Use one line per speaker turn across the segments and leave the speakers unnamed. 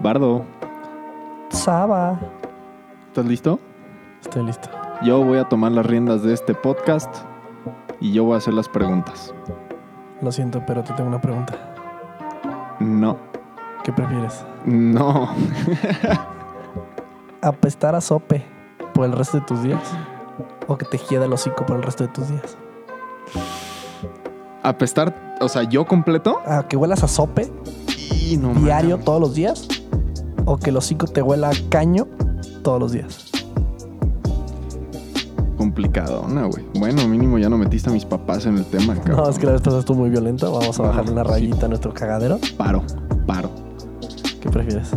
Bardo,
Saba.
¿estás listo?
Estoy listo.
Yo voy a tomar las riendas de este podcast y yo voy a hacer las preguntas.
Lo siento, pero te tengo una pregunta.
No,
¿Qué prefieres?
no,
¿Apestar a sope por el resto de tus días? ¿O que te quieda el hocico por el resto de tus días?
apestar, o sea, yo completo.
¿A que huelas a sope
Y no
diario
mames.
todos los días? ¿O que el hocico te huela a caño todos los días?
Complicadona, güey. Bueno, mínimo ya no metiste a mis papás en el tema, cabrón.
No, es que la vez pasada estuvo muy violento. Vamos a
No,
bajarle una
sí.
rayita a nuestro cagadero.
Paro, paro.
¿Qué prefieres?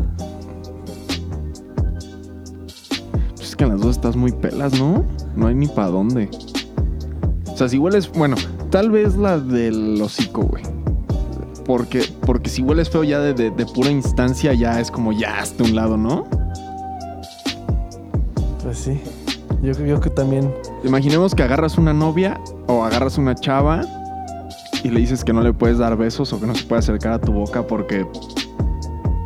Pues es que en las dos estás muy pelas, ¿no? No hay ni para dónde. O sea, si hueles, bueno, tal vez la del hocico, güey. Porque, porque si hueles feo ya de, de- de pura instancia, ya es como ya hasta un lado, ¿no?
Pues sí. Yo creo que también
Imaginemos que agarras una novia o agarras una chava y le dices que no le puedes dar besos o que no se puede acercar a tu boca porque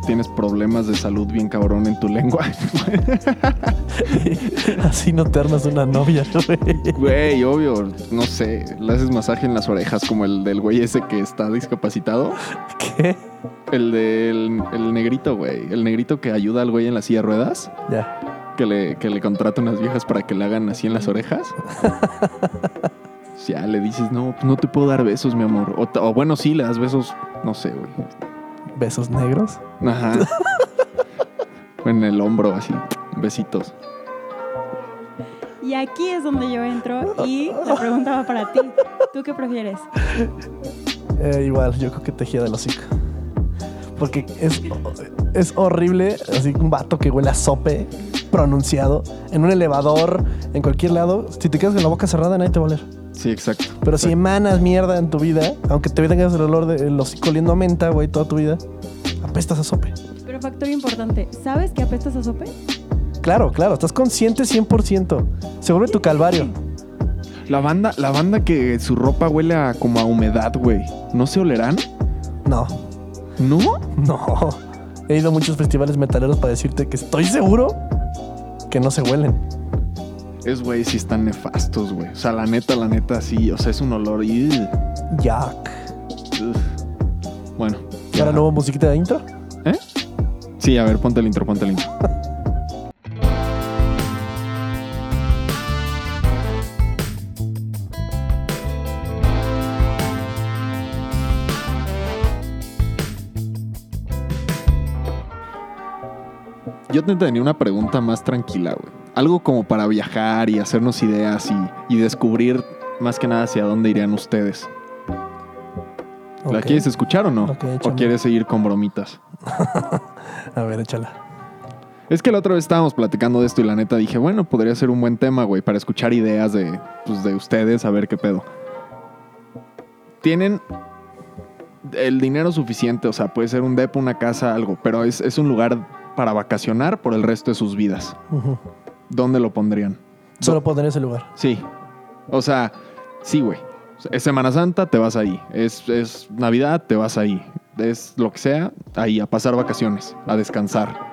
tienes problemas de salud bien cabrón en tu lengua.
así no te armas una novia, güey.
Güey, obvio, no sé, le haces masaje en las orejas como el del güey ese que está discapacitado.
¿Qué?
El del el negrito, güey. El negrito que ayuda al güey en la silla de ruedas,
Ya.
que le, que le contrata unas viejas para que le hagan así en las orejas. ya le dices, no, pues no te puedo dar besos, mi amor. O, ta- o bueno, sí, le das besos, no sé, güey.
¿Besos negros?
Ajá. O en el hombro, así, besitos.
Y aquí es donde yo entro y la pregunta va para ti. ¿Tú qué prefieres?
Eh, igual, yo creo que tejía del hocico. Porque es, es horrible, así un vato que huele a sope pronunciado en un elevador, en cualquier lado. Si te quedas con la boca cerrada, nadie te va a oler.
Sí, exacto.
Pero si emanas mierda en tu vida, aunque te tengas el olor del hocico oliendo a menta, güey, toda tu vida, apestas a sope.
Pero factor importante, ¿sabes que apestas a sope?
Claro, claro, estás consciente 100%. Se vuelve tu calvario.
La banda, la banda que su ropa huele a, como a humedad, güey. ¿No se olerán?
No,
¿No?
no. He ido a muchos festivales metaleros para decirte que estoy seguro que no se huelen.
Es, güey, sí están nefastos, güey. O sea, la neta, la neta, sí. O sea, es un olor. y
Jack.
Bueno.
¿Y ahora no hubo musiquita de intro?
¿Eh? Sí, a ver, ponte el intro, ponte el intro. Yo te tenía una pregunta más tranquila, güey. Algo como para viajar y hacernos ideas y, y descubrir más que nada hacia dónde irían ustedes. ¿La
Ok.
quieres escuchar o no?
Ok,
¿O
échame.
quieres seguir con bromitas?
A ver, échala.
Es que la otra vez estábamos platicando de esto y la neta dije, bueno, podría ser un buen tema, güey, para escuchar ideas de, pues, de ustedes, a ver qué pedo. Tienen el dinero suficiente, o sea, puede ser un depo, una casa, algo, pero es, es un lugar para vacacionar por el resto de sus vidas.
Ujú.
¿Dónde lo pondrían?
Solo puedo tener ese lugar.
Sí. O sea, sí, güey. O sea, Es Semana Santa, te vas ahí. Es, es Navidad, te vas ahí. Es lo que sea, ahí, a pasar vacaciones, a descansar.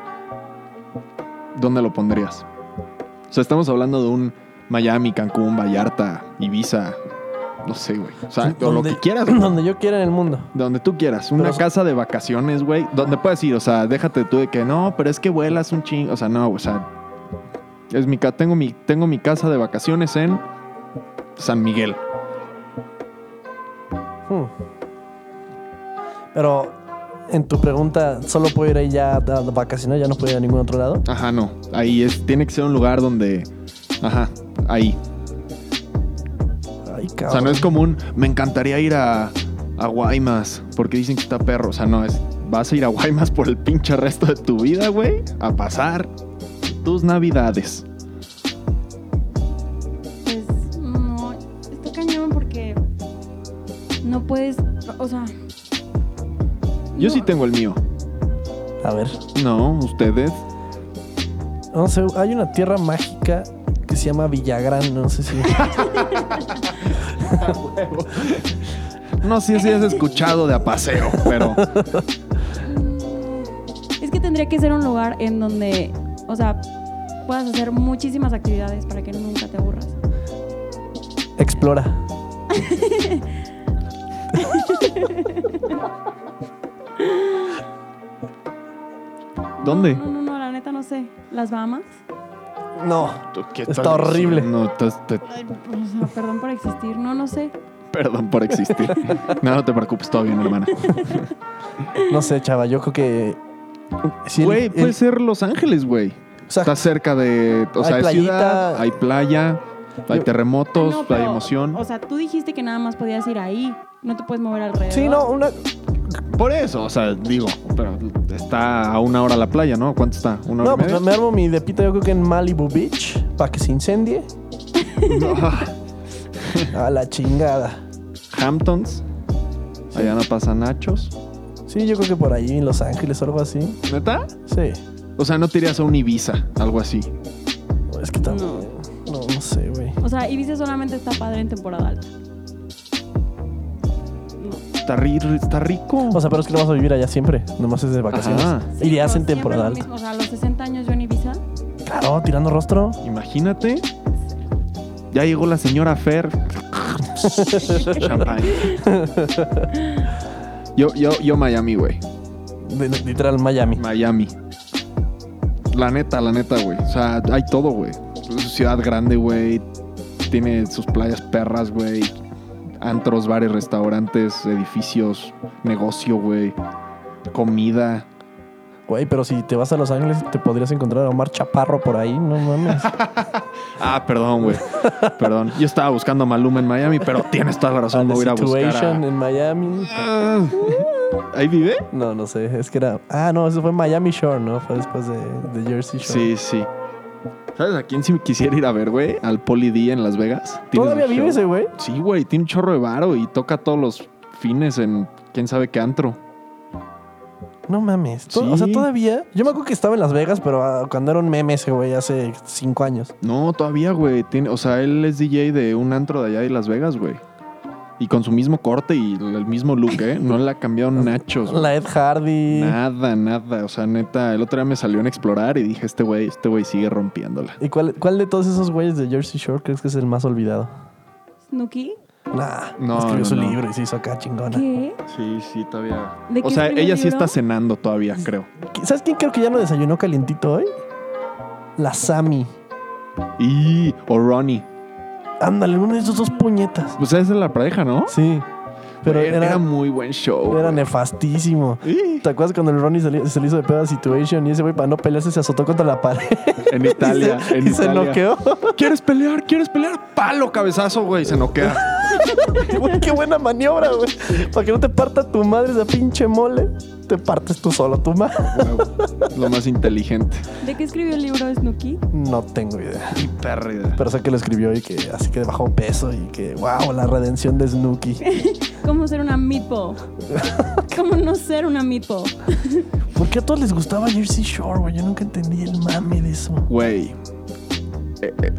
¿Dónde lo pondrías? O sea, estamos hablando de un Miami, Cancún, Vallarta, Ibiza. No sé, güey. O sea, o lo
Donde-
que quieras, güey.
Donde yo quiera en el mundo.
Donde tú quieras, una
Pero-
casa de vacaciones, güey, donde puedes ir, o sea, déjate tú de que no, pero es que vuelas un chingo, o sea, no, o sea, es mi ca- tengo mi tengo mi casa de vacaciones en San Miguel.
Hmm. Pero en tu pregunta, solo puedo ir ahí ya a a vacacionar, ya no puedo ir a ningún otro lado.
Ajá, no, ahí es tiene que ser un lugar donde ajá, ahí.
Ay, cabrón.
O sea, no es común, me encantaría ir a a Guaymas, porque dicen que está perro, o sea, no es vas a ir a Guaymas por el pinche resto de tu vida, güey, a pasar tus Navidades.
Pues no, está cañón porque no puedes, o sea...
Yo
no.
sí tengo el mío.
A ver.
No, ustedes
No sé, hay una tierra mágica que se llama Villagrán, no sé si.
No sé si has escuchado de Apaseo, pero
Es que tendría que ser un lugar en donde, o sea, puedas hacer muchísimas actividades para que nunca te aburras.
Explora.
¿Dónde?
No, no, no, la neta no sé. ¿Las Bahamas?
No.
¿Tú qué
Está
estás
horrible.
diciendo? Te- te-
Ay, o sea, perdón por existir, no, no sé.
perdón por existir. no, no te preocupes, todo bien, hermana.
No sé, chava. Yo creo que. sí, el-
Güey, pues,
el-
puede ser Los Ángeles, güey.
o sea,
Está cerca de. O
Hay
sea, hay
playita.
ciudad, hay playa, hay
Yo-
terremotos,
No,
hay
pero,
emoción.
O sea, tú dijiste que nada más podías ir ahí. No te puedes mover alrededor.
sí, no, una.
Por eso, o sea, digo, pero está a una hora la playa, ¿no? ¿Cuánto está? ¿Una hora
No,
y media?
pues me armo mi depita, yo creo que en Malibu Beach, para que se incendie.
No.
A la chingada.
Hamptons. Allá no pasa nachos.
Sí, yo creo que por ahí, en Los Ángeles o algo así.
¿Neta?
Sí.
O sea, no te irías a un Ibiza, algo así.
Es que tampoco. No, no sé, güey.
O sea, Ibiza solamente está padre en temporada alta. No.
Está, ri- está rico.
O sea, pero es que no vas a vivir allá siempre. Nomás es de vacaciones.
Ajá.
Sí,
Irías
pero
en
siempre
temporada
lo
alta.
mismo, O sea, a los 60 años yo en Ibiza.
Claro, tirando rostro.
Imagínate. Ya llegó la señora Fer. Champagne. Yo, yo, yo Miami, güey.
De- de- literal, Miami.
Miami. La neta, la neta, güey. O sea, hay todo, güey. Es ciudad grande, güey. Tiene sus playas perras, güey. Antros, bares, restaurantes, edificios, negocio, güey. Comida.
Güey, pero si te vas a Los Ángeles, te podrías encontrar a Omar Chaparro por ahí. No mames.
Ah, perdón, güey. Perdón. Yo estaba buscando a Maluma en Miami, pero tienes toda la razón. Me
The
voy a ir a
Situation
buscar.
en Miami.
a- Ah. ¿Ahí vive?
No, no sé. Es que era. Ah, no, eso fue Miami Shore, ¿no? Fue después de, de Jersey
Sí,
Shore.
sí. ¿Sabes a quién sí me quisiera ir a ver, güey? Al Poli D en Las Vegas. Tiene
¿Todavía
su
vive
show.
eh?
ese güey?
Sí, güey, tiene un chorro de varo y toca todos los fines en quién sabe qué antro.
No mames. To- O
Sí.
sea, todavía. Yo me acuerdo que estaba en Las Vegas, pero ah, cuando era un meme ese güey hace cinco años.
No, todavía, güey. Tiene, o sea, él es DJ de un antro de allá de Las Vegas, güey. Y con su mismo corte y el mismo look, ¿eh? No le ha cambiado nachos. güey.
La Ed Hardy.
Nada, nada. O sea, neta, el otro día me salió en explorar y dije, este güey, este güey sigue rompiéndola.
¿Y cuál, cuál de todos esos güeyes de Jersey Shore crees que es el más olvidado?
¿Snooki?
Nah,
No,
escribió
no,
su
no.
libro y se hizo acá chingona.
¿Qué?
Sí, sí, todavía.
¿De
O
qué
sea,
escribió
ella
el
sí
libro?
está cenando todavía, creo.
¿Sabes quién creo que ya no desayunó calientito hoy? La Sami.
Y o Ronnie.
Ándale, uno de esos dos puñetas.
Pues esa es la pareja, ¿no?
Sí. Pero
Güey,
era,
muy buen show.
era
güey.
nefastísimo.
Sí.
¿Te acuerdas cuando el Ronnie se le, se le hizo de pedo a Situation y ese güey para no pelearse se azotó contra la pared
En Italia.
y se,
en
y se
Italia.
noqueó?
¿Quieres pelear? ¿Quieres pelear? Palo, cabezazo, güey. Se noquea.
Güey, qué buena maniobra, güey. Para que no te parta tu madre esa pinche mole, te partes tú solo tu madre.
Lo más inteligente.
¿De qué escribió el libro Snooki?
No tengo idea.
Perra idea.
Pero sé que lo escribió y que así que bajó peso y que, wow, la redención de Snooki.
¿Cómo ser una meatball? ¿Cómo no ser una meatball?
¿Por qué a todos les gustaba Jersey Shore, güey? Yo nunca entendí el mame de eso.
Güey. eh, eh,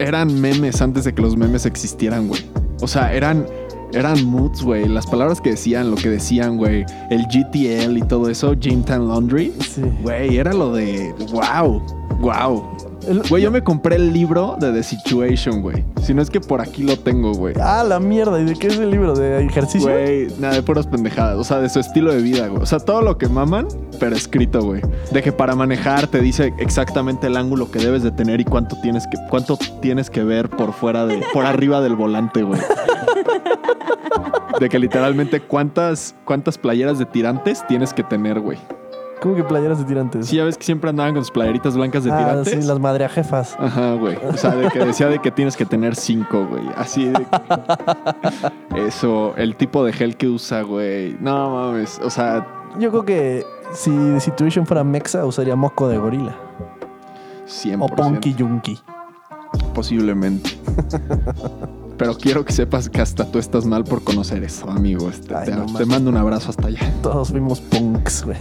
eran memes antes de que los memes existieran, güey. O sea, eran. Eran moods, güey. Las palabras que decían, lo que decían, güey. El GTL y todo eso. Gymtown Laundry.
Sí.
Güey, era lo de. ¡Wow! ¡Wow!
El-
Güey, yo me compré el libro de The Situation, güey. Si no es que por aquí lo tengo, güey.
Ah, la mierda. ¿Y de qué es el libro? ¿De ejercicio?
Güey, nada, de puras pendejadas. O sea, de su estilo de vida, güey. O sea, todo lo que maman, pero escrito, güey. De que para manejar te dice exactamente el ángulo que debes de tener y cuánto tienes que, cuánto tienes que ver por fuera de, por arriba del volante, güey. De que literalmente cuántas, cuántas playeras de tirantes tienes que tener, güey.
¿Cómo que playeras de tirantes?
Sí, ya ves que siempre andaban con sus playeritas blancas de
ah,
tirantes.
sí, las madreajefas.
Ajá, güey. O sea, de que decía de que tienes que tener cinco, güey. Así de... Eso, el tipo de gel que usa, güey. No mames. O sea,
Yo creo que si The Situation fuera mexa, usaría moco de gorila.
100%.
O ponky yunky.
Posiblemente. Pero quiero que sepas que hasta tú estás mal por conocer eso, amigo. Este,
Ay,
te,
no
te
mames.
mando un abrazo hasta allá.
Todos fuimos punks, güey.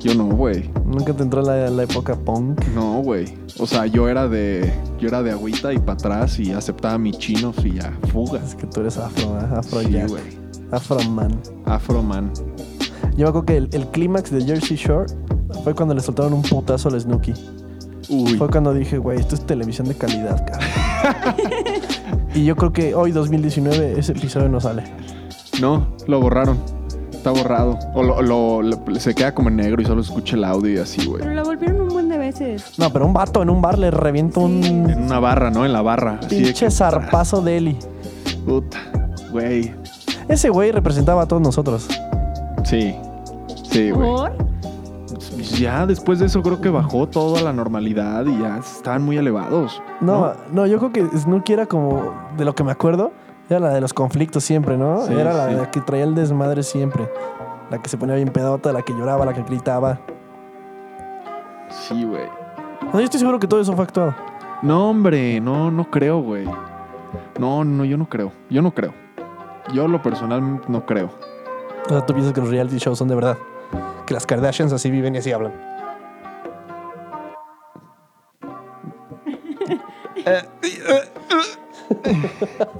Yo no, güey.
Nunca te entró la, la época punk.
No, güey. O sea, yo era de... Yo era de agüita y para atrás y aceptaba mis chinos y ya. Fuga.
Es que tú eres afro, ¿eh? afro
Sí,
jack,
güey.
afro man.
Afro man.
Yo creo que el, el clímax de Jersey Shore fue cuando le soltaron un putazo al Snooki.
Uy.
Fue cuando dije, güey, esto es televisión de calidad, cabrón. y yo creo que hoy, 2019, ese episodio no sale.
No, lo borraron. Está borrado. O lo, lo- lo- se queda como en negro y solo se escucha el audio y así, güey.
Pero la golpearon un buen de veces.
No, pero un vato en un bar le reviento un
En una barra, ¿no? En la barra. Así de
pinche
que,
zarpazo de Eli.
puta, güey.
Ese güey representaba a todos nosotros.
Sí. Sí, güey.
Oh.
Pues
Por
Ya después de eso creo que bajó todo a la normalidad y ya estaban muy elevados.
No, no, yo creo que Snooki era como, de lo que me acuerdo, era la de los conflictos siempre, ¿no?
Sí,
era la,
sí.
la que traía el desmadre siempre. La que se ponía bien pedota, la que lloraba, la que gritaba.
Sí, güey.
No, yo estoy seguro que todo eso fue actuado.
No, hombre, no, no creo, güey. No, no, yo no creo. Yo no creo. Yo lo personal no creo.
O sea, tú piensas que los reality shows son de verdad. Que las Kardashians así viven y así hablan.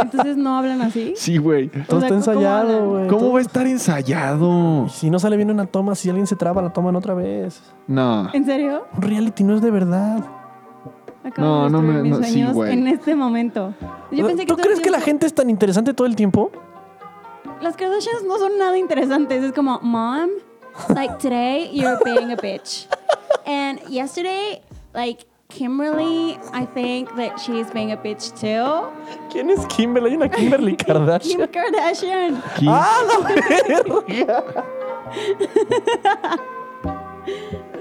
entonces no hablan así.
Sí, güey.
Todo
O
está
sea, ¿cómo
ensayado,
hablan?
güey.
¿Cómo
Todo-
va a estar ensayado?
Y Si no sale bien una toma, si alguien se traba, la toman otra vez.
No.
¿En serio?
Un reality no es de verdad.
Acabo
No,
de
no
destruir
me-
mis
no, sí,
sueños
güey.
en este momento. Yo pensé que
¿Tú
todo el
crees que la
tiempo-
gente es tan interesante todo el tiempo?
Las Kardashians no son nada interesantes. Es como, mom, like today you're being a bitch. And yesterday, like Kimberly, I think that she's being a bitch too.
¿Quién es Kimberly? Hay una Kimberly
Kim
Kardashian.
Kardashian.
Aquí-
¡Ah, la verga!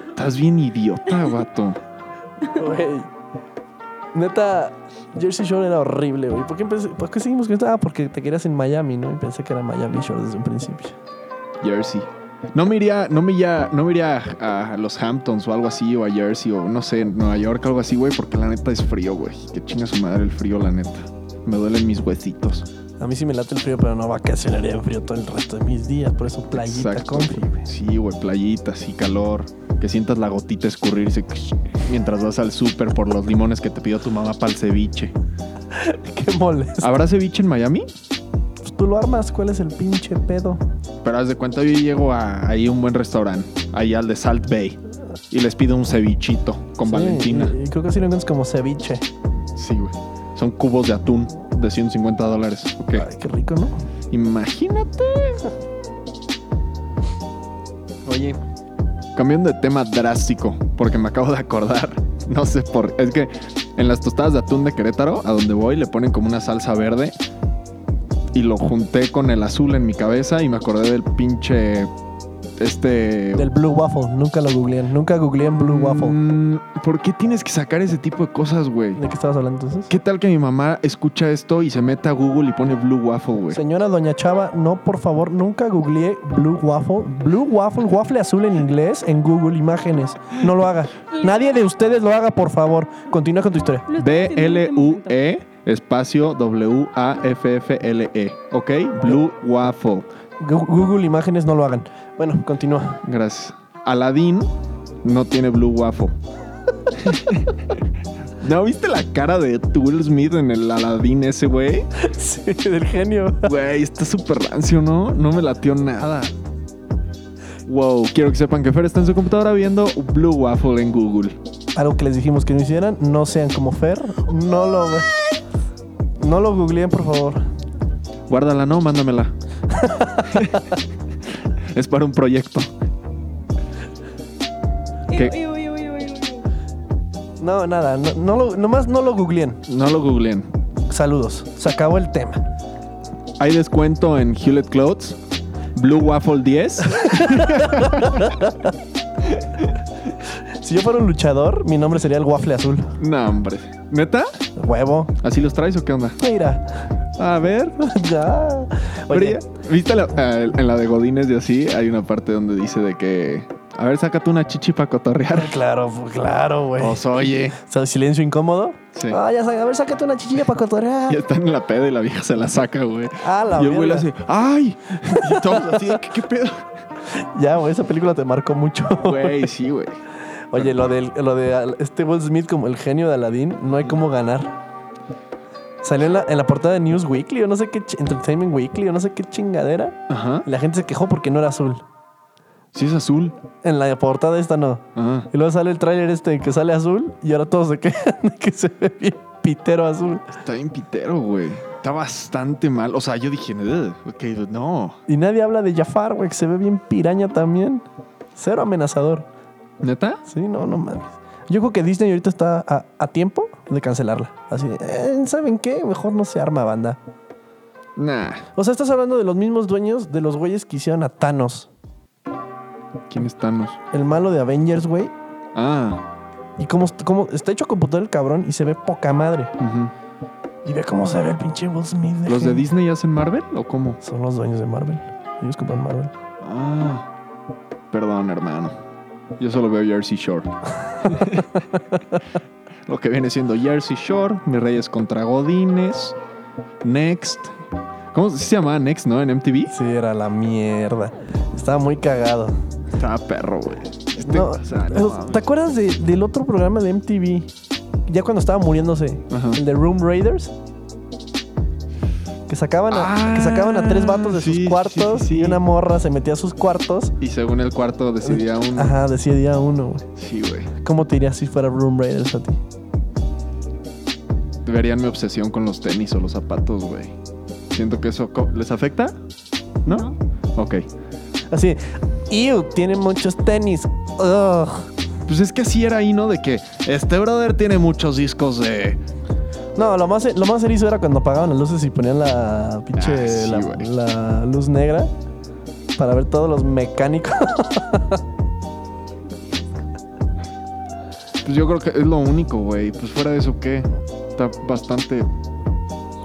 Estás bien idiota, vato.
Güey. Neta, Jersey Shore era horrible, güey. ¿Por qué, empecé- por qué seguimos con esto? Ah, porque te querías en Miami, ¿no? Y pensé que era Miami Shore desde un principio.
Jersey. No me iría, no me iría, no me iría a, a los Hamptons o algo así, o a Jersey, o no sé, Nueva York, algo así, güey, porque la neta es frío, güey. Que chinga su madre el frío, la neta. Me duelen mis huesitos.
A mí sí me late el frío, pero no vacacionaría en frío todo el resto de mis días. Por eso playita comfy, güey.
Sí, güey, playitas y calor. Que sientas la gotita escurrirse mientras vas al súper por los limones que te pidió tu mamá para el ceviche.
Qué moles.
¿Habrá ceviche en Miami?
Pues tú lo armas, ¿cuál es el pinche pedo?
Pero haz de cuenta, yo llego a ahí a un buen restaurante, ahí al de Salt Bay, y les pido un cevichito con
Sí,
Valentina.
Y, y creo que así lo encuentras como ceviche.
Sí, güey. Son cubos de atún de 150 dólares. Ok.
Ay, qué rico, ¿no?
Imagínate. Oye. Cambiando de tema drástico, porque me acabo de acordar. No sé por Es que en las tostadas de atún de Querétaro, a donde voy, le ponen como una salsa verde. Y lo junté con el azul en mi cabeza y me acordé del pinche. Este.
Del Blue Waffle, nunca lo googlean. Nunca googlean Blue Waffle.
Mm, ¿Por qué tienes que sacar ese tipo de cosas, güey?
¿De qué estabas hablando entonces?
¿Qué tal que mi mamá escucha esto y se mete a Google y pone Blue Waffle, güey?
Señora Doña Chava, no, por favor, nunca googleé Blue Waffle. Blue Waffle, waffle azul en inglés, en Google Imágenes. No lo haga. Nadie de ustedes lo haga, por favor. Continúa con tu historia.
Lo estoy haciendo en este momento.
B-L-U-E E, espacio W-A-F-F-L-E. E, ¿Ok? Blue Waffle.
Gu- Google Imágenes no lo hagan. Bueno, continúa.
Gracias. Aladdin no tiene Blue Waffle. ¿No viste la cara de Will Smith en el Aladdin ese, güey?
Sí, del genio.
Güey, está súper rancio, ¿no? No me latió nada. Wow, quiero que sepan que Fer está en su computadora viendo Blue Waffle en Google.
Algo que les dijimos que no hicieran, no sean como Fer. No lo No lo googleen, por favor.
Guárdala, no, mándamela. es para un proyecto. ¿Qué?
Iu, iu, iu, iu, iu, iu.
No, nada, no, no lo, nomás no lo googleen.
No lo googleen.
Saludos, se acabó el tema.
Hay descuento en Hewlett Clothes. Blue Waffle 10.
Si yo fuera un luchador, mi nombre sería el Waffle Azul.
no, hombre. ¿Neta?
Huevo.
¿Así los traes o qué onda?
Mira,
A ver.
ya.
Pero
Oye,
ya- ¿Viste la- ah, en la de Godines y así? Hay una parte donde dice de que... A ver, sácate una chichi para cotorrear.
claro, claro, güey.
Os oye.
O sea, silencio incómodo.
Sí.
Ah, ya sa- a ver, sácate una chichilla para cotorrear.
Y están en la peda y la vieja se la saca, güey.
Ah, la
Y el güey le
verga.
hace... ¡Ay! Y todos así de, ¿qué, qué pedo?
Ya, güey, esa película te marcó mucho.
Güey, sí, güey.
Oye, lo, del, lo de Al- este Will Smith como el genio de Aladdin, no hay cómo ganar. Salió en la, en la portada de News Weekly o no sé qué, chi- Entertainment Weekly o no sé qué chingadera.
Ajá.
Y la gente se quejó porque no era azul.
Sí es azul.
En la portada esta no.
Ah,
Y luego sale el tráiler este que sale azul y ahora todos se quejan de que se ve bien pitero azul.
está bien pitero, güey. Está bastante mal. O sea, yo dije, "Ugh, ok, no.
Y nadie habla de Jafar, güey, que se ve bien piraña también. Cero amenazador.
¿Neta?
Sí, no, no mames. Yo creo que Disney ahorita está a, a tiempo de cancelarla. Así de, "Eh, ¿saben qué? Mejor no se arma banda.
Nah.
O sea, estás hablando de los mismos dueños de los güeyes que hicieron a Thanos,
¿Quién es Thanos?
el malo de Avengers, güey.
Ah,
Y cómo, cómo está hecho a computador el cabrón y se ve poca madre.
ujú.
Y ve cómo se ve el pinche Will Smith.
¿los de
gente.
Disney hacen Marvel o cómo?
Son los dueños de Marvel. Ellos compran Marvel.
Ah, perdón, hermano. Yo solo veo Jersey Shore. Lo que viene siendo Jersey Shore, Mis Reyes contra Godines, Next. ¿Cómo se- sí se llamaba Next, no? En MTV.
Sí, era la mierda. Estaba muy cagado.
Estaba perro, güey. Este,
No,
o sea, no
esos-
mames.
¿Te acuerdas de- del otro programa de MTV? Ya cuando estaba muriéndose.
Ajá.
El de Room Raiders. Que sacaban a,
Ah,
que sacaban a tres vatos de
sí,
sus cuartos
sí, sí, sí.
y una morra se metía a sus cuartos.
Y según el cuarto decidía un.
Ajá, decidía uno, güey.
Sí, güey.
¿Cómo te irías si fuera Room Raiders a ti?
Verían mi obsesión con los tenis o los zapatos, güey. Siento que eso. co- ¿Les afecta? ¿No?
No.
Ok.
Así, ew, tiene muchos tenis. Ugh.
Pues es que así era ahí, ¿no? De que este brother tiene muchos discos de.
No, lo más, lo más erizo era cuando apagaban las luces y ponían la pinche
Ah, sí,
la,
güey.
la luz negra para ver todos los mecánicos.
Pues yo creo que es lo único, güey. Pues fuera de eso, ¿qué? Está bastante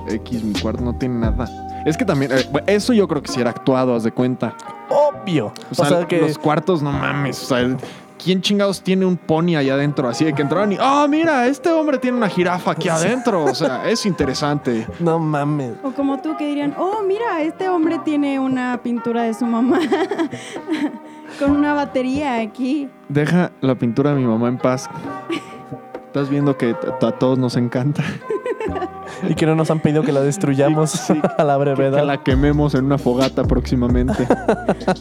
X mi cuarto, no tiene nada. Es que también, eh, bueno, eso yo creo que si era actuado, haz de cuenta.
Obvio.
O sea, los cuartos, no mames. O sea, el- ¿quién chingados tiene un pony allá adentro? Así de que entraron y, oh, mira, este hombre tiene una jirafa aquí adentro. O sea, es interesante.
No mames.
O como tú que dirían, oh, mira, este hombre tiene una pintura de su mamá con una batería aquí.
Deja la pintura de mi mamá en paz. Estás viendo que t- a todos nos encanta.
Y que no nos han pedido que la destruyamos
Sí, sí.
a la
Que
brevedad.
la quememos en una fogata próximamente.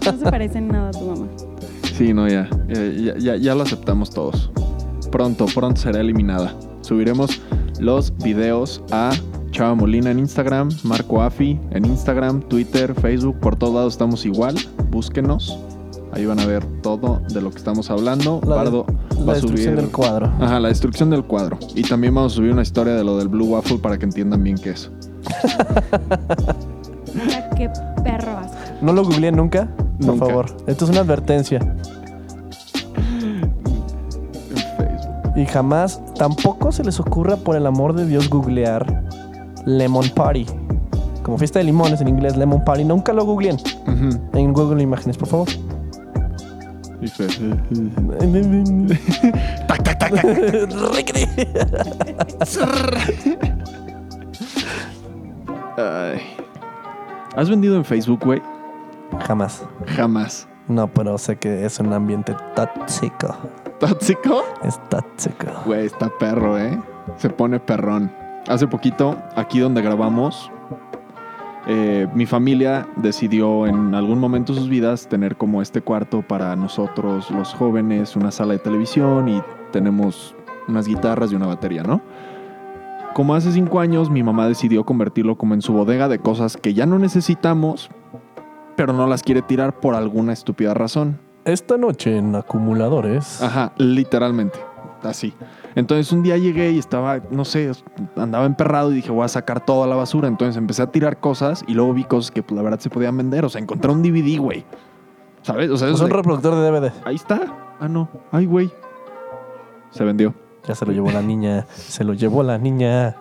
No se parece en nada a tu mamá.
Sí, no, ya. Eh, Ya, ya, ya lo aceptamos todos. Pronto, pronto será eliminada. Subiremos los videos a Chava Molina en Instagram, Marco Afi en Instagram, Twitter, Facebook. Por todos lados estamos igual. Búsquenos. Ahí van a ver todo de lo que estamos hablando.
La de-
Bardo
la
va a
destrucción
subir.
del cuadro.
Ajá, la destrucción del cuadro. Y también vamos a subir una historia de lo del Blue Waffle para que entiendan bien qué es.
Mira qué perro asco.
No lo googleé nunca. Por
Nunca.
favor. Esto es una advertencia.
En Facebook.
Y jamás, tampoco se les ocurra, por el amor de Dios, googlear Lemon Party. Como fiesta de limones en inglés, Lemon Party. Nunca lo googleen
Ujú.
en Google Imágenes, por favor.
Y Facebook.
tac, tac, tac, tac. Rickety.
Ay. ¿Has vendido en Facebook, güey?
Jamás.
Jamás.
No, pero sé que es un ambiente tóxico.
¿Tóxico?
Es tóxico.
Güey, está perro, ¿eh? Se pone perrón. Hace poquito, aquí donde grabamos, eh, mi familia decidió en algún momento de sus vidas tener como este cuarto para nosotros, los jóvenes, una sala de televisión y tenemos unas guitarras y una batería, ¿no? Como hace cinco años, mi mamá decidió convertirlo como en su bodega de cosas que ya no necesitamos, pero no las quiere tirar por alguna estúpida razón.
Esta noche en acumuladores.
Ajá, literalmente. Así. Entonces un día llegué y estaba, no sé, andaba emperrado y dije, voy a sacar toda la basura. Entonces empecé a tirar cosas y luego vi cosas que pues, la verdad se podían vender. O sea, encontré un DVD, güey. ¿Sabes? O sea,
Es
eso
pues, un
de-
reproductor de DVD.
ahí está. Pues Ah, no. Ay, güey. Se vendió.
Ya se lo llevó la niña. Se lo llevó la niña.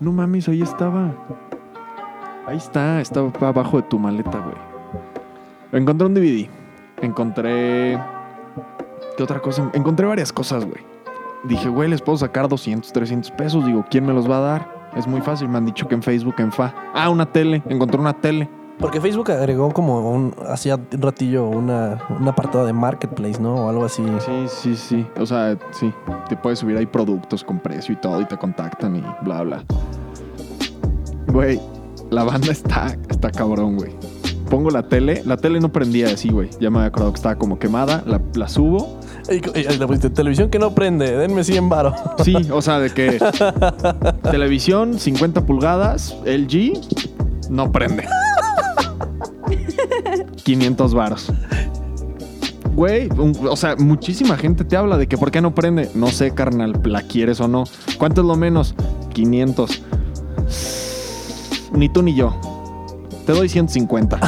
No mames, ahí estaba. Ahí está, estaba abajo de tu maleta, güey. Encontré un DVD. Encontré. ¿Qué otra cosa? Encontré varias cosas, güey. Dije, güey, les puedo sacar 200, 300 pesos. Digo, ¿quién me los va a dar? Es muy fácil. Me han dicho que en Facebook, en FA. Ah, una tele. Encontré una tele.
Porque Facebook agregó como un. Hacía un ratillo una, un apartado de Marketplace, ¿no? O algo así.
Sí, sí, sí. O sea, sí. Te puedes subir ahí productos con precio y todo y te contactan y bla, bla. Güey, la banda está, está cabrón, güey. pongo la tele. La tele no prendía así, güey. Ya me había acordado que estaba como quemada. La, la subo.
Y, y le pusiste, televisión que no prende, denme 100 varos.
Sí, o sea, de que televisión, 50 pulgadas, LG, no prende. 500 varos. Güey, un- o sea, muchísima gente te habla de que por qué no prende. No sé, carnal, la quieres o no. ¿Cuánto es lo menos? 500. Ni tú ni yo. Te doy 150.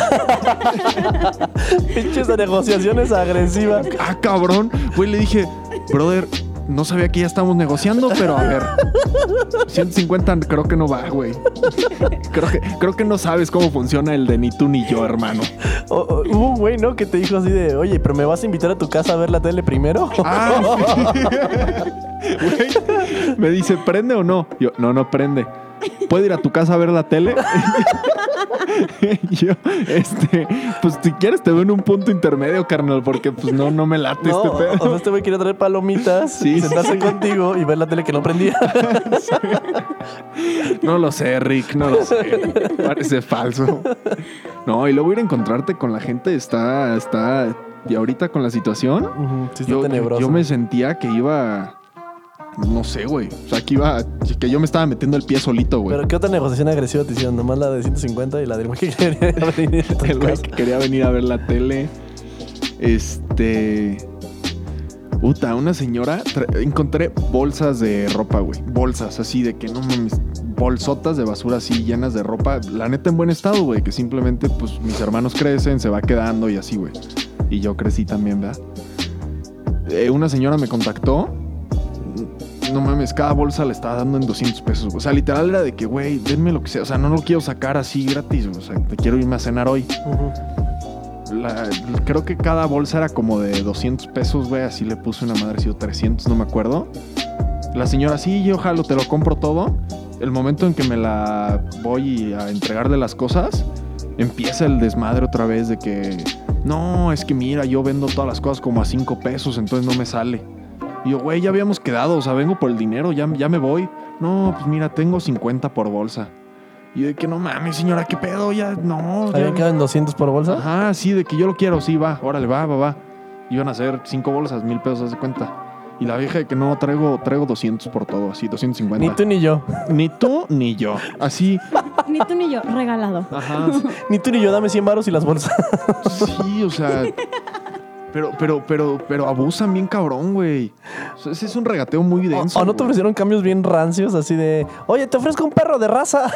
Pinches de negociaciones agresivas.
ah, cabrón. Güey, le dije, brother, no sabía que ya estamos negociando, pero a ver. 150 creo que no va, güey. Creo que, creo que no sabes cómo funciona el de ni tú ni yo, hermano.
O- o- Hubo un güey, ¿no? Que te dijo así de, oye, pero ¿me vas a invitar a tu casa a ver la tele primero?
Ah, sí. Güey, me dice, ¿prende o no? Yo, no, no prende. ¿Puedo ir a tu casa a ver la tele? Yo, este, pues si quieres te veo en un punto intermedio, carnal, porque pues no, no me late
No,
este
o o
pedo.
sea, este güey quería traer palomitas,
Sí.
sentarse contigo y ver la tele que no prendía.
No lo sé, Rick, no lo sé. Parece falso. No, y luego ir a encontrarte con la gente está, está, y ahorita con la situación,
Ujú, sí, está
yo,
tenebroso.
yo me sentía que iba, no sé, güey, o sea, que iba, que yo me estaba metiendo el pie solito, güey.
Pero ¿qué otra negociación agresiva te hicieron? Nomás la de 150 y la del güey que quería venir a tu
El güey
casa.
que quería venir a ver la tele. Este. Puta, una señora. tra- Encontré bolsas de ropa, güey. Bolsas así de que no mames. Bolsotas de basura así llenas de ropa. La neta en buen estado, güey. Que simplemente, pues mis hermanos crecen, se va quedando y así, güey. Y yo crecí también, ¿verdad? Eh, una señora me contactó. No mames, cada bolsa le estaba dando en 200 pesos. güey. O sea, literal era de que, güey, denme lo que sea. O sea, no lo quiero sacar así gratis. güey. O sea, te quiero irme a cenar hoy.
Ujú.
La- creo que cada bolsa era como de 200 pesos, güey. Así le puse una madre, ha sido 300, no me acuerdo. La señora, sí, yo jalo, te lo compro todo. El momento en que me la voy a entregarle las cosas, empieza el desmadre otra vez de que, no, es que mira, yo vendo todas las cosas como a 5 pesos, entonces no me sale. Y yo, güey, ya habíamos quedado, o sea, vengo por el dinero, ya, ya me voy. No, pues mira, tengo 50 por bolsa. Y yo de que no mames, señora, ¿qué pedo? Ya, no. ya-
¿Habían quedado en 200 por bolsa?
Ajá, sí, de que yo lo quiero, sí, va, órale, va, va, va. Iban a hacer cinco bolsas, mil pesos, haz de cuenta. Y la vieja de que no, traigo, traigo 200 por todo, así, 250.
Ni tú ni yo.
ni, tú, ni yo. Así,
Ni tú ni yo, regalado.
ajá.
Ni tú ni yo, dame 100 varos y las bolsas.
Sí, o sea. Pero, pero, pero, pero abusan bien cabrón, güey. O sea, ese es un regateo muy denso.
O, o no te
güey.
ofrecieron cambios bien rancios, así de, oye, te ofrezco un perro de raza.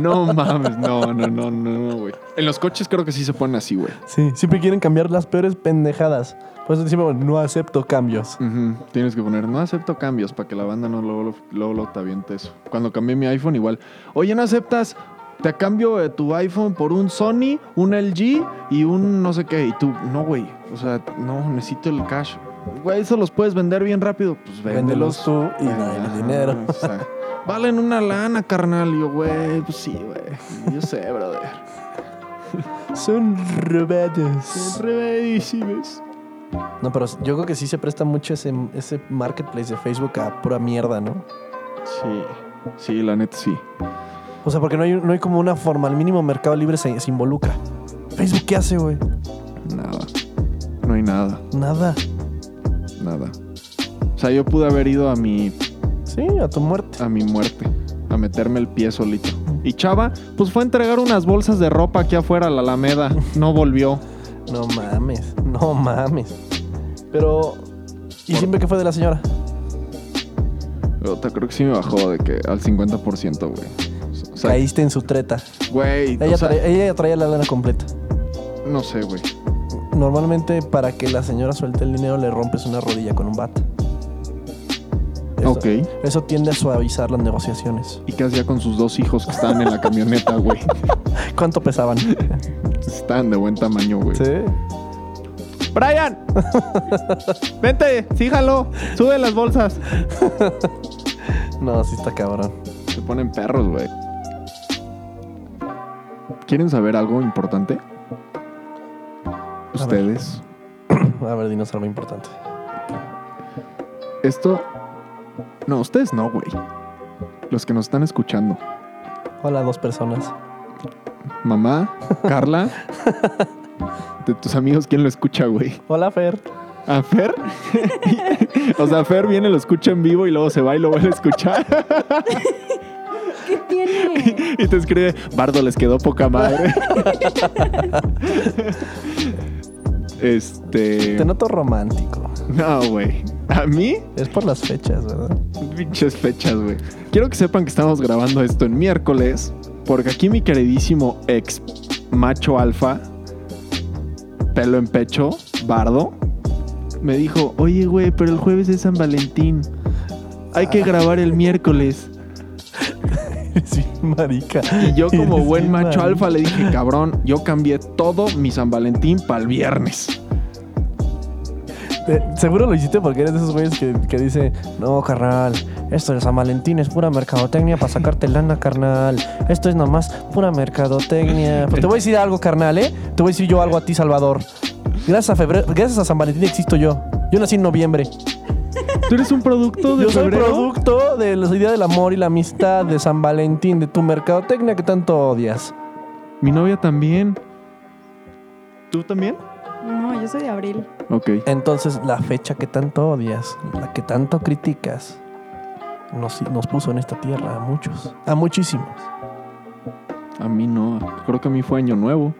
No mames, no, no, no, no, güey. En los coches creo que sí se ponen así, güey.
Sí, siempre quieren cambiar las peores pendejadas. Por eso siempre no acepto cambios.
Ujú, Tienes que poner, no acepto cambios para que la banda no luego, lo- luego, lo te aviente eso. Cuando cambié mi iPhone, igual. Oye, ¿no aceptas? Te cambio eh, tu iPhone por un Sony, un LG y un no sé qué. Y tú, no, güey. O sea, no, necesito el cash. Güey, eso los puedes vender bien rápido. Pues
Véndelos
véndelos.
tú y
Ajá,
dame el dinero.
o sea, valen una lana, carnal. Y yo, güey, pues sí, güey. Yo sé, brother.
Son robados.
Siempre ve y sí, ves.
No, pero yo creo que sí se presta mucho ese, ese marketplace de Facebook a pura mierda, ¿no?
Sí, sí, la neta sí.
O sea, porque no hay, no hay como una forma. Al mínimo Mercado Libre se, se involucra. ¿Facebook qué hace, güey?
Nada. No hay nada.
Nada.
Nada. O sea, yo pude haber ido a mi,
Sí, a tu muerte.
a mi muerte, a meterme el pie solito. Y Chava, pues fue a entregar unas bolsas de ropa aquí afuera a la Alameda. No volvió.
No mames, no mames. Pero... ¿Y siempre que fue de la señora?
Pero te creo que sí me bajó de que al 50%, güey. O sea,
Caíste en su treta.
güey, o
Ella,
sea,
traía, ella traía la lana completa.
no sé, güey.
Normalmente para que la señora suelte el dinero le rompes una rodilla con un bat. Eso-
Ok.
Eso tiende a suavizar las negociaciones.
¿Y qué hacía con sus dos hijos que estaban en la camioneta, güey?
¿Cuánto pesaban?
Estaban de buen tamaño, güey.
sí.
¡Brian! ¡Vente! ¡Síjalo! ¡Sube las bolsas!
No, sí está cabrón.
Se ponen perros, güey. ¿Quieren saber algo importante? Ustedes.
A ver, dinos algo importante.
Esto. No, ustedes no, güey. Los que nos están escuchando.
Hola, dos personas.
mamá, Carla. De tus amigos, ¿quién lo escucha, güey?
Hola, Fer.
¿A Fer? o sea, Fer viene, lo escucha en vivo y luego se va y lo vuelve a escuchar.
¿Qué tiene?
y te escribe, Bardo, les quedó poca madre. este...
Te noto romántico.
No, güey. ¿A mí?
Es por las fechas, ¿verdad?
Pinches fechas, güey. Quiero que sepan que estamos grabando esto en miércoles, porque aquí mi queridísimo ex macho alfa, pelo en pecho, bardo, me dijo, oye, güey, pero el jueves es San Valentín. Hay que grabar el miércoles.
Eres bien marica.
Y yo como
Eres
buen
bien
macho
marica.
alfa le dije, cabrón, yo cambié todo mi San Valentín para el viernes.
Eh, seguro lo hiciste porque eres de esos güeyes que, que dice, no, carnal, esto de San Valentín es pura mercadotecnia para sacarte lana, carnal. Esto es nomás pura mercadotecnia. Pero te voy a decir algo, carnal, ¿eh? Te voy a decir yo algo a ti, Salvador. Gracias a febrero, gracias a San Valentín existo yo. Yo nací en noviembre.
Tú eres un producto de
Yo soy
febrero?
producto de la idea del amor y la amistad de San Valentín, de tu mercadotecnia que tanto odias.
Mi novia también. ¿Tú también?
No, yo soy de abril.
Ok.
Entonces, la fecha que tanto odias, la que tanto criticas, nos, nos puso en esta tierra a muchos, a muchísimos.
A mí no, creo que a mí fue Año Nuevo.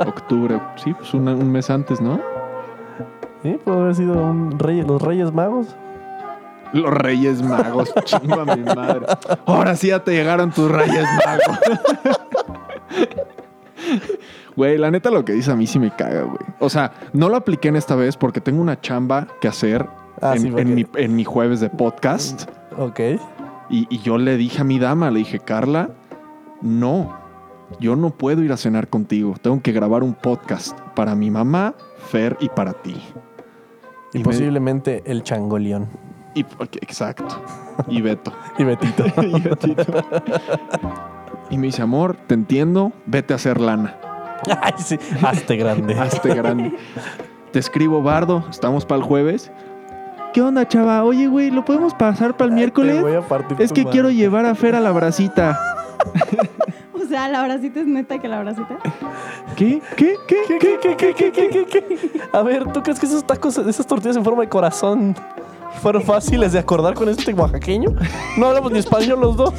Octubre, sí, pues una- un mes antes, ¿no?
Sí, pudo haber sido un rey, los Reyes Magos.
Los Reyes Magos, chingo a mi madre. Ahora sí ya te llegaron tus Reyes Magos. Güey, la neta lo que dice a mí sí me caga, güey. O sea, no lo apliqué en esta vez porque tengo una chamba que hacer
Ah,
en,
sí, porque-
en mi, en mi jueves de podcast.
Ok.
Y, y yo le dije a mi dama, le dije, Carla, no, yo no puedo ir a cenar contigo. Tengo que grabar un podcast para mi mamá, Fer y para ti.
Y,
me-
posiblemente el Changoleón.
y- ok, exacto. Y Beto.
Y Betito.
y Betito. Y me dice, amor, te entiendo, vete a hacer lana.
Ay, sí. Hazte grande.
Hazte grande. Te escribo, Bardo, estamos para el jueves. ¿Qué onda, chava? Oye, güey, ¿lo podemos pasar para el miércoles?
Te voy a partir
Es
tu
que
madre.
quiero llevar a Fer a la bracita.
O sea, la bracita es neta que la bracita.
¿Qué? ¿Qué? ¿Qué?
¿Qué, qué, qué, qué, qué, qué, qué, qué? A ver, ¿tú crees que esos tacos, esas tortillas en forma de corazón fueron fáciles de acordar con este oaxaqueño? No hablamos ni español los dos.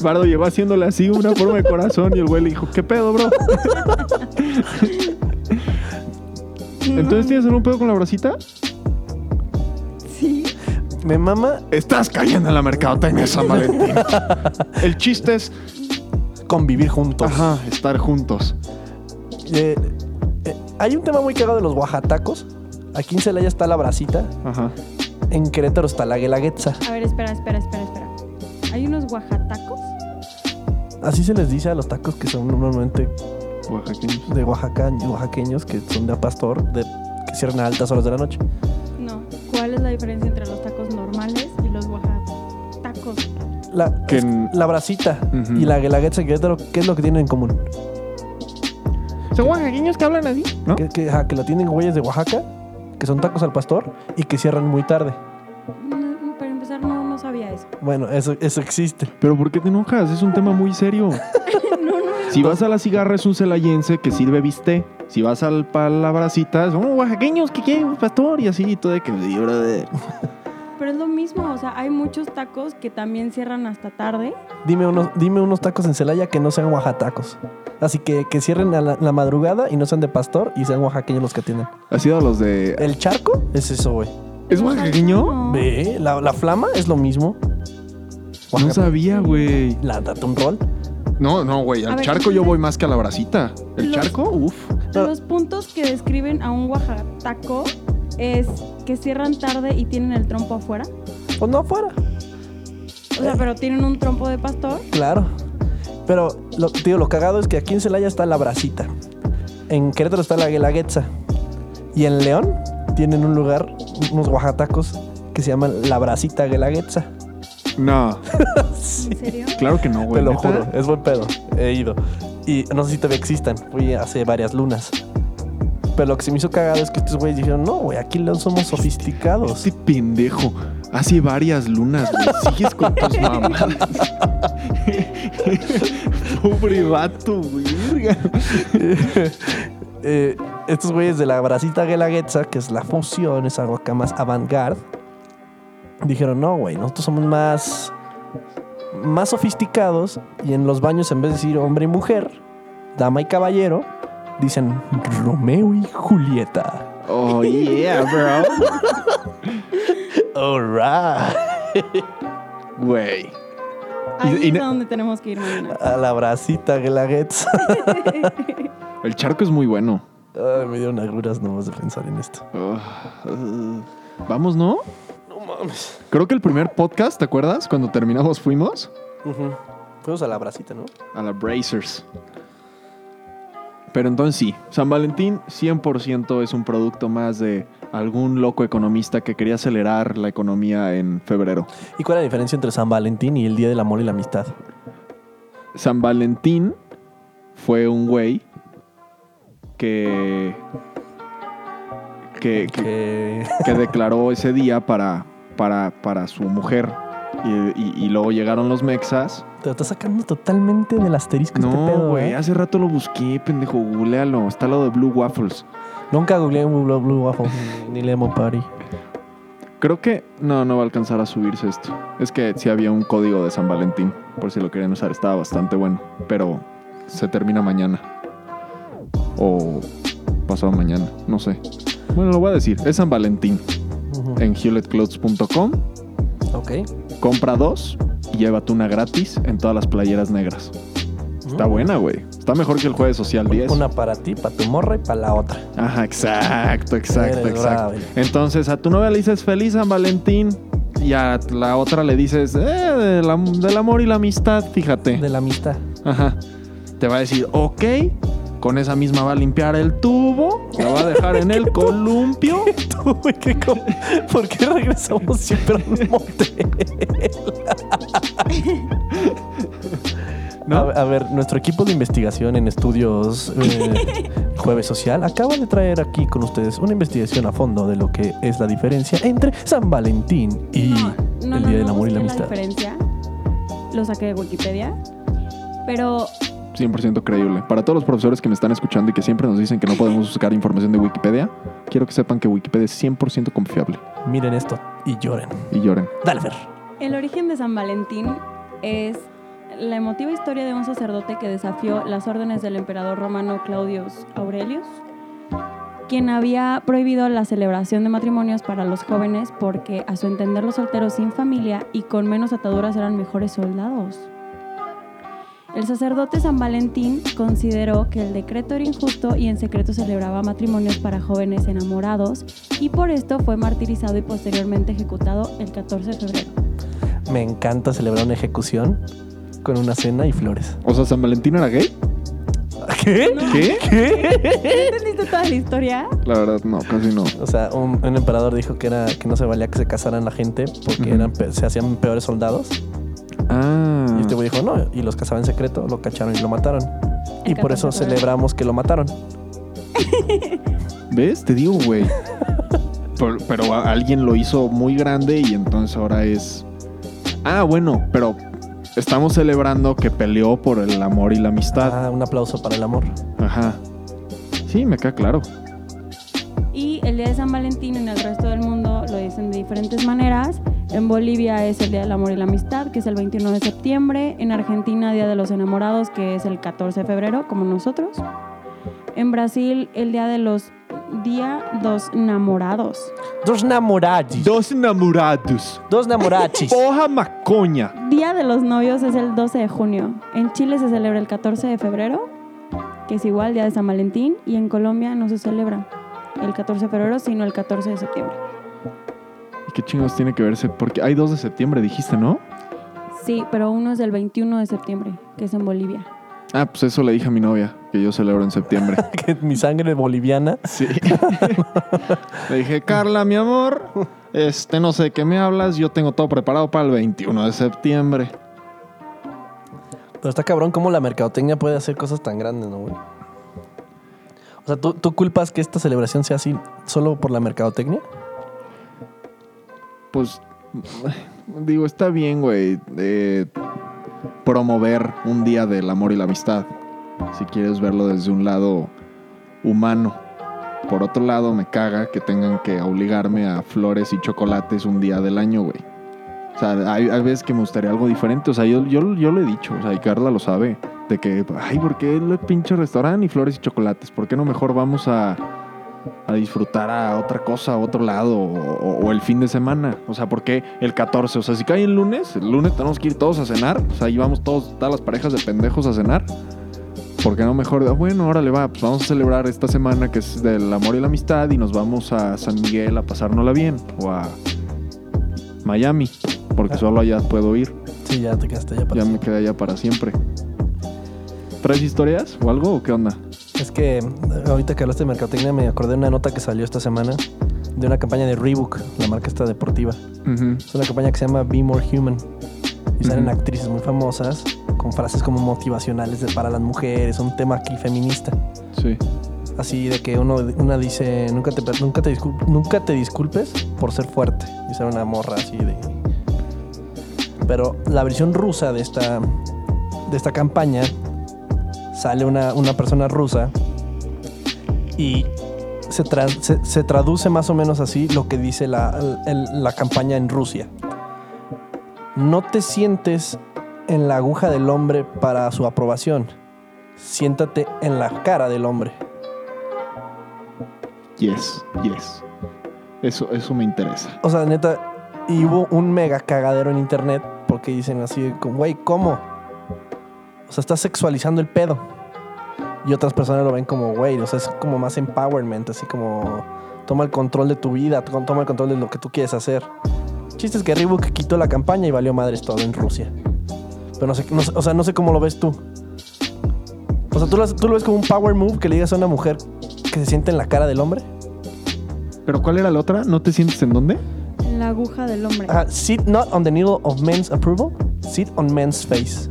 Bardo llevó haciéndole así una forma de corazón y el güey le dijo, ¿qué pedo, bro? Entonces tienes algún pedo con la bracita?
Sí.
Me mama
Estás cayendo en la mercadotecnia, San Valentín. El chiste es,
convivir juntos.
ajá, estar juntos.
Eh, eh, hay un tema muy cagado de los oaxatacos. Aquí en Celaya está la bracita.
Ajá.
En Querétaro está la guelaguetza.
A ver, espera, espera, espera, espera. ¿Hay unos oaxatacos?
Así se les dice a los tacos que son normalmente
Oaxaqueños.
de Oaxaca, oaxaqueños, que son de a pastor, de, que cierran a altas horas de la noche.
No. ¿Cuál es la diferencia entre los tacos normales y los oaxatacos?
La,
Que
es-
en-
la bracita
Ujú.
y la guelaguetza en Querétaro, ¿qué es lo que tienen en común?
¿Son oaxaqueños que hablan así? ¿No?
Que, que, ajá, que lo tienen güeyes de Oaxaca, que son tacos al pastor y que cierran muy tarde.
No, Mm, Para empezar, no, no sabía eso.
Bueno, eso, eso existe.
Pero ¿por qué te enojas? Es un tema muy serio. Si vas a la cigarra es un celayense que sirve viste. Si vas al pa la bracita, son oaxaqueños que quieren pastor y así y todo de que sí, brother.
Pero es lo mismo, o sea, hay muchos tacos que también cierran hasta tarde.
Dime unos, dime unos tacos en Celaya que no sean oaxatacos. Así que, que cierren a la, la madrugada y no sean de pastor y sean oaxaqueños los que tienen.
Ha sido los de
El charco es eso, güey.
¿Es oaxaqueño?
No.
Ve, la, la flama es lo mismo.
No
Oaxaca-
sabía, güey.
La date un rol.
No, no, güey.
A
Al
ver,
charco yo voy más que a la bracita. El
Los-
charco, uff.
Los puntos que describen a un oaxataco es que cierran tarde y tienen el trompo afuera.
Pues no afuera.
O
Eh.
sea, pero tienen un trompo de pastor.
Claro. Pero, lo, tío, lo cagado es que aquí en Celaya está la bracita. En Querétaro está la guelaguetza. Y en León tienen un lugar, unos oaxatacos, que se llaman la bracita guelaguetza.
No,
¿En serio?
claro que no, güey.
Te lo
¿neta?
juro, es buen pedo. He ido. Y no sé si todavía existan. Fui hace varias lunas. Pero lo que se me hizo cagado es que estos güeyes dijeron, no, güey, aquí en León somos sofisticados.
Este pendejo. Hace varias lunas, güey. Sigues con tus mamás. Pobre vato, güey. verga.
Eh, estos güeyes de la bracita guelaguetza, que es la fusión, es algo acá más avant-garde, dijeron, no, güey, nosotros somos más, más sofisticados y en los baños, en vez de decir hombre y mujer, dama y caballero, dicen Romeo y Julieta.
Oh, yeah, bro.
All right.
Güey.
Ahí
y
es
no-
a donde tenemos que ir mañana.
A la bracita guelaguetza.
El charco es muy bueno.
Ay, me dieron agruras nomás de pensar en esto.
Ah, ah. Vamos, ¿no?
No mames.
Creo que el primer podcast, ¿te acuerdas? Cuando terminamos fuimos
Fuimos a la bracita, ¿no?
a la Brazers. Pero entonces sí, San Valentín 100% es un producto más de algún loco economista que quería acelerar la economía en febrero.
¿Y cuál es la diferencia entre San Valentín y el Día del Amor y la Amistad?
San Valentín fue un güey que, que, que-
Que...
que declaró ese día para, para, para su mujer. Y, y- y luego llegaron los mexas.
Te lo estás sacando totalmente del asterisco este
No,
pedo,
güey,
¿eh?
hace rato lo busqué, pendejo, googlealo. Está lo de Blue Waffles.
Nunca googleé un Blue, Blue Waffle ni Lemon Party.
Creo que no, no va a alcanzar a subirse esto. Es que sí había un código de San Valentín, por si lo querían usar, estaba bastante bueno, pero se termina mañana. O pasado mañana, no sé. Bueno, lo voy a decir, es San Valentín
Ujú.
en hewlettclothes.com.
Ok.
Compra dos y llévate una gratis en todas las playeras negras. Está buena, güey. Está mejor que el jueves social 10.
Una para ti, para tu morra y para la otra.
Ajá, exacto, exacto,
Eres
exacto.
bravo.
Entonces a tu novia le dices feliz San Valentín y a la otra le dices eh, del, am- del amor y la amistad, fíjate.
De la amistad.
Ajá. Te va a decir, ok, con esa misma va a limpiar el tubo, la va a dejar en el columpio.
Tú, güey, qué co- ¿Por qué regresamos siempre al motel?
¿no?
A, ver- a ver, nuestro equipo de investigación en estudios eh, Jueves Social acaba de traer aquí con ustedes una investigación a fondo de lo que es la diferencia entre San Valentín y
no,
el
no,
Día del
no
Amor y la
busqué
Amistad.
diferencia. Lo saqué de Wikipedia. Pero
100% creíble. Para todos los profesores que me están escuchando y que siempre nos dicen que no podemos buscar información de Wikipedia, quiero que sepan que Wikipedia es 100% confiable.
Miren esto y lloren.
Y lloren.
Dale, Fer.
El origen de San Valentín es la emotiva historia de un sacerdote que desafió las órdenes del emperador romano Claudius Aurelius, quien había prohibido la celebración de matrimonios para los jóvenes porque a su entender los solteros sin familia y con menos ataduras eran mejores soldados. El sacerdote San Valentín consideró que el decreto era injusto y en secreto celebraba matrimonios para jóvenes enamorados y por esto fue martirizado y posteriormente ejecutado el 14 de febrero.
Me encanta celebrar una ejecución con una cena y flores.
O sea, San Valentín era gay.
¿Qué?
¿Qué?
¿Entendiste toda la historia?
La verdad, no, casi no.
O sea, un, un emperador dijo que era que no se valía que se casaran la gente porque
Ujú.
eran pe- se hacían peores soldados.
Ah.
Y este güey dijo no, y los cazaban en secreto, lo cacharon y lo mataron. Y por eso
14 de febrero.
celebramos que lo mataron.
¿Ves? Te digo, güey. Pero, pero a- alguien lo hizo muy grande y entonces ahora es. Ah, bueno, pero estamos celebrando que peleó por el amor y la amistad.
Ah, un aplauso para el amor.
Ajá. Sí, me queda claro.
Y el Día de San Valentín en el resto del mundo lo dicen de diferentes maneras. En Bolivia es el Día del Amor y la Amistad, que es el 21 de septiembre. En Argentina, Día de los Enamorados, que es el 14 de febrero, como nosotros. En Brasil, el Día de los Día dos Enamorados.
Dos namorachis.
Dos enamorados.
Dos namorachis.
Poja macoña.
Día de los Novios es el 12 de junio. En Chile se celebra el 14 de febrero, que es igual Día de San Valentín. Y en Colombia no se celebra el 14 de febrero, sino el 14 de septiembre.
¿Y qué chingados tiene que verse? Porque hay 2 de septiembre, dijiste, ¿no?
Sí, pero uno es del 21 de septiembre, que es en Bolivia.
Ah, pues eso le dije a mi novia, que yo celebro en septiembre.
que mi sangre boliviana.
Sí. Le dije, Carla, mi amor, este no sé de qué me hablas, yo tengo todo preparado para el 21 de septiembre.
Pero está cabrón cómo la mercadotecnia puede hacer cosas tan grandes, ¿no, güey? O sea, ¿tú, tú culpas que esta celebración sea así solo por la mercadotecnia?
Pues, digo, está bien, güey. Eh, promover un día del amor y la amistad. Si quieres verlo desde un lado humano. Por otro lado, me caga que tengan que obligarme a flores y chocolates un día del año, güey. O sea, hay, hay veces que me gustaría algo diferente. O sea, yo, yo, yo lo he dicho, o sea, y Carla lo sabe. De que, ay, ¿por qué el pinche restaurante y flores y chocolates? ¿Por qué no mejor vamos a, a disfrutar a otra cosa, a otro lado, o, o- o el fin de semana. O sea, porque el 14? O sea, si cae el lunes, el lunes tenemos que ir todos a cenar. O sea, ahí vamos todos, todas las parejas de pendejos a cenar. ¿Por qué no mejor? Ah, Bueno, órale, va, pues vamos a celebrar esta semana que es del amor y la amistad y nos vamos a San Miguel a pasárnosla bien o a Miami, porque solo allá puedo ir.
Sí, ya te quedaste ya para
Ya me quedé allá para siempre. ¿Traes historias o algo o qué onda?
Es que eh, ahorita que hablaste de mercadotecnia me acordé de una nota que salió esta semana de una campaña de Reebok, la marca esta deportiva.
Ujú.
Es una campaña que se llama Be More Human. Y salen
Ujú.
actrices muy famosas con frases como motivacionales de para las mujeres, un tema aquí feminista.
Sí.
Así de que uno, una dice, nunca te, nunca, te discul- nunca te disculpes por ser fuerte. Y sale una morra así de... Pero la versión rusa de esta, de esta campaña, sale una, una persona rusa y se, tra- se- se traduce más o menos así lo que dice la, el- la campaña en Rusia. No te sientes en la aguja del hombre para su aprobación. Siéntate en la cara del hombre.
Yes, yes. Eso, eso me interesa.
O sea, neta, y hubo un mega cagadero en internet porque dicen así, como, güey, ¿cómo? O sea, estás sexualizando el pedo. Y otras personas lo ven como, güey, o sea, es como más empowerment, así como toma el control de tu vida, to- toma el control de lo que tú quieres hacer. Chistes que Reebok quitó la campaña y valió madres todo en Rusia. Pero no sé, no sé- o sea, no sé cómo lo ves tú. O sea, ¿tú lo, tú lo ves como un power move que le digas a una mujer que se siente en la cara del hombre.
¿Pero cuál era la otra? ¿No te sientes en dónde?
En la aguja del hombre.
Ajá, sit not on the needle of men's approval, sit on men's face.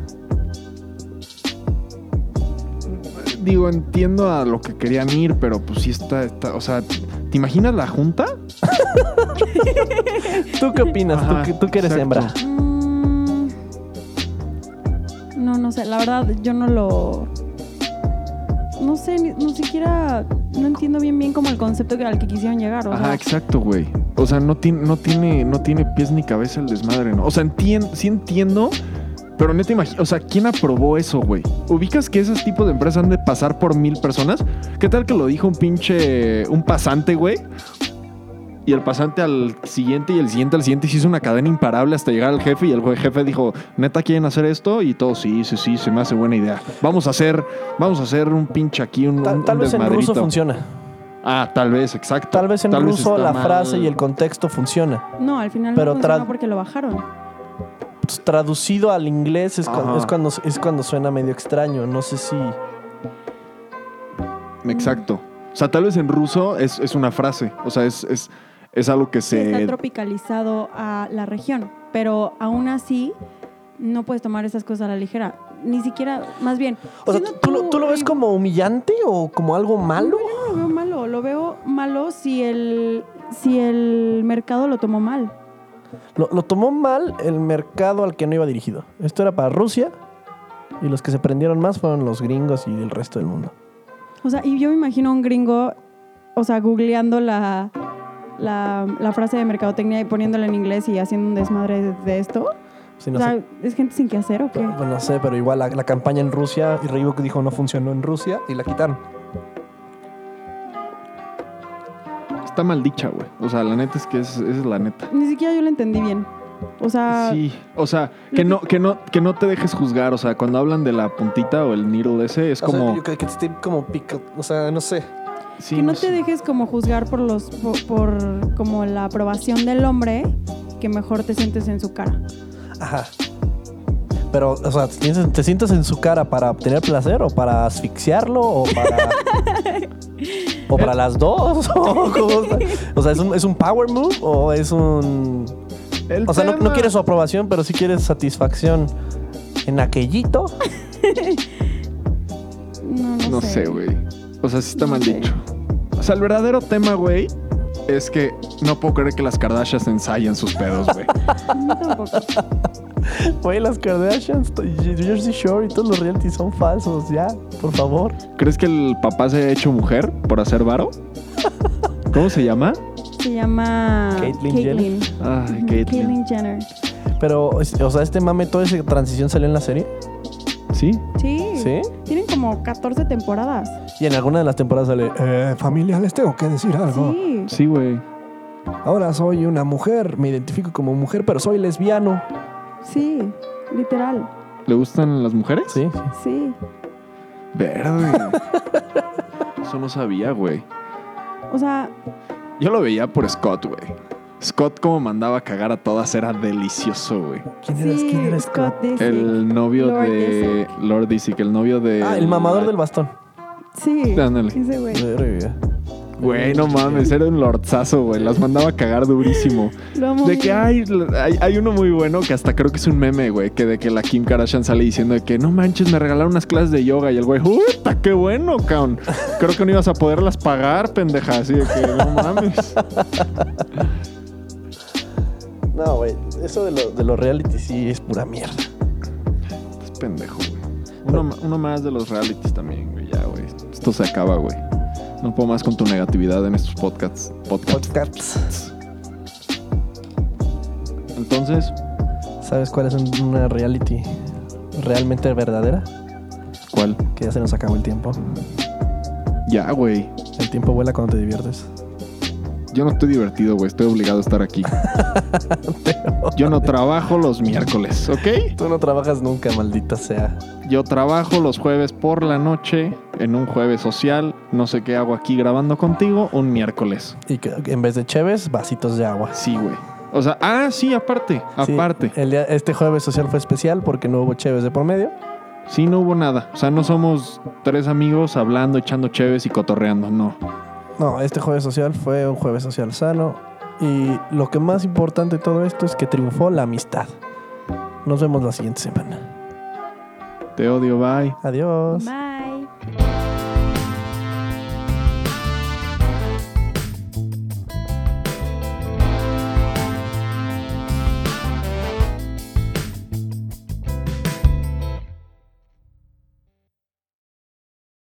Digo, entiendo a lo que querían ir, pero pues sí está, está- o sea, ¿te imaginas la junta?
¿Tú qué opinas? ¿Tú
Ajá,
que- ¿Tú, que eres
exacto.
hembra?
Mm. No, no sé, la verdad yo no lo... No sé, ni, no siquiera... No entiendo bien bien como el concepto que, al que quisieron llegar. O
Ajá,
sea,
exacto, güey. O sea, no tiene, no tiene, no tiene pies ni cabeza el desmadre, ¿no? O sea, entien- sí entiendo, pero no te imagino. O sea, ¿quién aprobó eso, güey? ¿Ubicas que esos tipos de empresas han de pasar por mil personas? ¿Qué tal que lo dijo un pinche. un pasante, güey? Y el pasante al siguiente y el siguiente al siguiente se hizo una cadena imparable hasta llegar al jefe y el güey- jefe dijo, neta, ¿quieren hacer esto? Y todo, sí, sí, sí, se me hace buena idea. Vamos a hacer, vamos a hacer un pinche aquí, un,
Tal,
un-
tal
un
vez en ruso
desmadrito.
funciona.
Ah, tal vez, exacto.
Tal vez en ruso
está
la
mal.
frase y el contexto funciona.
No, al final
Pero
no funcionó
tra-
porque lo bajaron.
Entonces, Pues, Traducido al inglés es, cu-
Ajá.
es cuando, es cuando suena medio extraño. No sé si...
Exacto. O sea, tal vez en ruso es, es una frase. O sea, es, es, es algo que
Sí, Está
se.
tropicalizado a la región, pero aún así no puedes tomar esas cosas a la ligera. Ni siquiera, más bien.
O sea,
siendo
¿tú, lo- tú lo ves
Reebok-
como humillante o como algo malo?
No, yo no lo veo malo, lo veo malo si el, si el mercado lo tomó mal.
Lo, lo tomó mal el mercado al que no iba dirigido. Esto era para Rusia y los que se prendieron más fueron los gringos y el resto del mundo.
O sea, y yo me imagino a un gringo, o sea, googleando la, la, la frase de mercadotecnia y poniéndola en inglés y haciendo un desmadre de, de esto.
Si no
o sea,
se-
¿es gente sin qué hacer o qué?
Bueno, no sé, pero igual la, la campaña en Rusia y Reebok dijo no funcionó en Rusia y la quitaron.
Está mal dicha, güey. O sea, la neta es que es, es la neta.
Ni siquiera yo lo entendí bien. O sea,
Sí. O sea,
lo
que
que-
no, que no, que no te dejes juzgar. O sea, cuando hablan de la puntita o el needle ese, es
O sea,
como.
yo creo que esté como pico, o sea, no sé.
sí,
que no
sé.
te dejes como juzgar por los por, por como la aprobación del hombre que mejor te sientes en su cara
Ajá. Pero, o sea, ¿te sientes- ¿te sientas en su cara para obtener placer o para asfixiarlo o para... o para las dos? ¿O, cómo está? O sea, ¿es un, ¿es un power move o es un...
El
O sea, no, no
tema-
quieres su aprobación, pero sí quieres satisfacción en aquellito.
no, no,
No sé, güey. O sea, sí está
No
mal
sé.
dicho. O sea, el verdadero tema, güey, es que no puedo creer que las Kardashians ensayan sus pedos, güey.
No, tampoco.
Güey, las Kardashians, to- Jersey Shore y todos los reality son falsos. Ya, por favor.
¿Crees que el papá se ha hecho mujer por hacer varo? ¿Cómo se llama?
Se llama
Caitlyn
Caitlyn.
Ay,
Ujú,
Caitlyn.
Caitlyn Jenner.
Pero, o sea, este mame, toda esa transición salió en la serie.
Sí.
Sí.
¿Sí?
Tienen como 14 temporadas.
Y en alguna de las temporadas sale.
Eh, familia, les tengo que decir algo.
Sí.
Sí, güey.
Ahora soy una mujer, me identifico como mujer, pero soy lesbiano.
Sí. Literal.
¿Le gustan las mujeres?
Sí.
Sí.
Verde. Eso no sabía, güey.
O sea,
Yo lo veía por Scott, güey. Scott como mandaba a cagar a todas era delicioso, güey.
¿Quién
sí,
eres? ¿Quién eres?
Scott Disick.
El novio
Lord
de Lord Disick, el novio de...
Ah, el mamador del bastón.
Sí.
Ándale.
Ese güey.
Verga.
Güey, no mames, era un lordzazo, güey. Las mandaba a cagar durísimo.
Lo amo
De que
mucho.
hay, hay, hay uno muy bueno que hasta creo que es un meme, güey. Que de que la Kim Kardashian sale diciendo de que no manches, me regalaron unas clases de yoga. Y el güey, ¡puta, qué bueno, cabrón! Creo que no ibas a poderlas pagar, pendeja. Así de que no mames.
No, güey. Eso de, lo- de los reality sí es pura mierda.
Estás pendejo, güey. Uno, ma- uno más de los realities también, güey. Ya, güey. Esto se acaba, güey. No puedo más con tu negatividad en estos podcasts. Podcasts.
Podcasts.
Entonces,
¿Sabes cuál es un- una reality realmente verdadera?
¿cuál?
Que ya se nos acabó el tiempo.
Ya, güey.
El tiempo vuela cuando te diviertes.
Yo no estoy divertido, güey. Estoy obligado a estar aquí. Yo no trabajo los miércoles, ¿ok?
Tú no trabajas nunca, maldita sea.
Yo trabajo los jueves por la noche en un jueves social. No sé qué hago aquí grabando contigo un miércoles.
Y que, en vez de cheves, vasitos de agua.
Sí, güey. O sea, ah, sí, aparte,
Sí,
aparte.
el día- este jueves social fue especial porque no hubo cheves de por medio.
Sí, no hubo nada. O sea, no somos tres amigos hablando, echando cheves y cotorreando, no.
No, este jueves social fue un jueves social sano. Y lo que más importante de todo esto es que triunfó la amistad. Nos vemos la siguiente semana.
Te odio, bye.
Adiós.
Bye.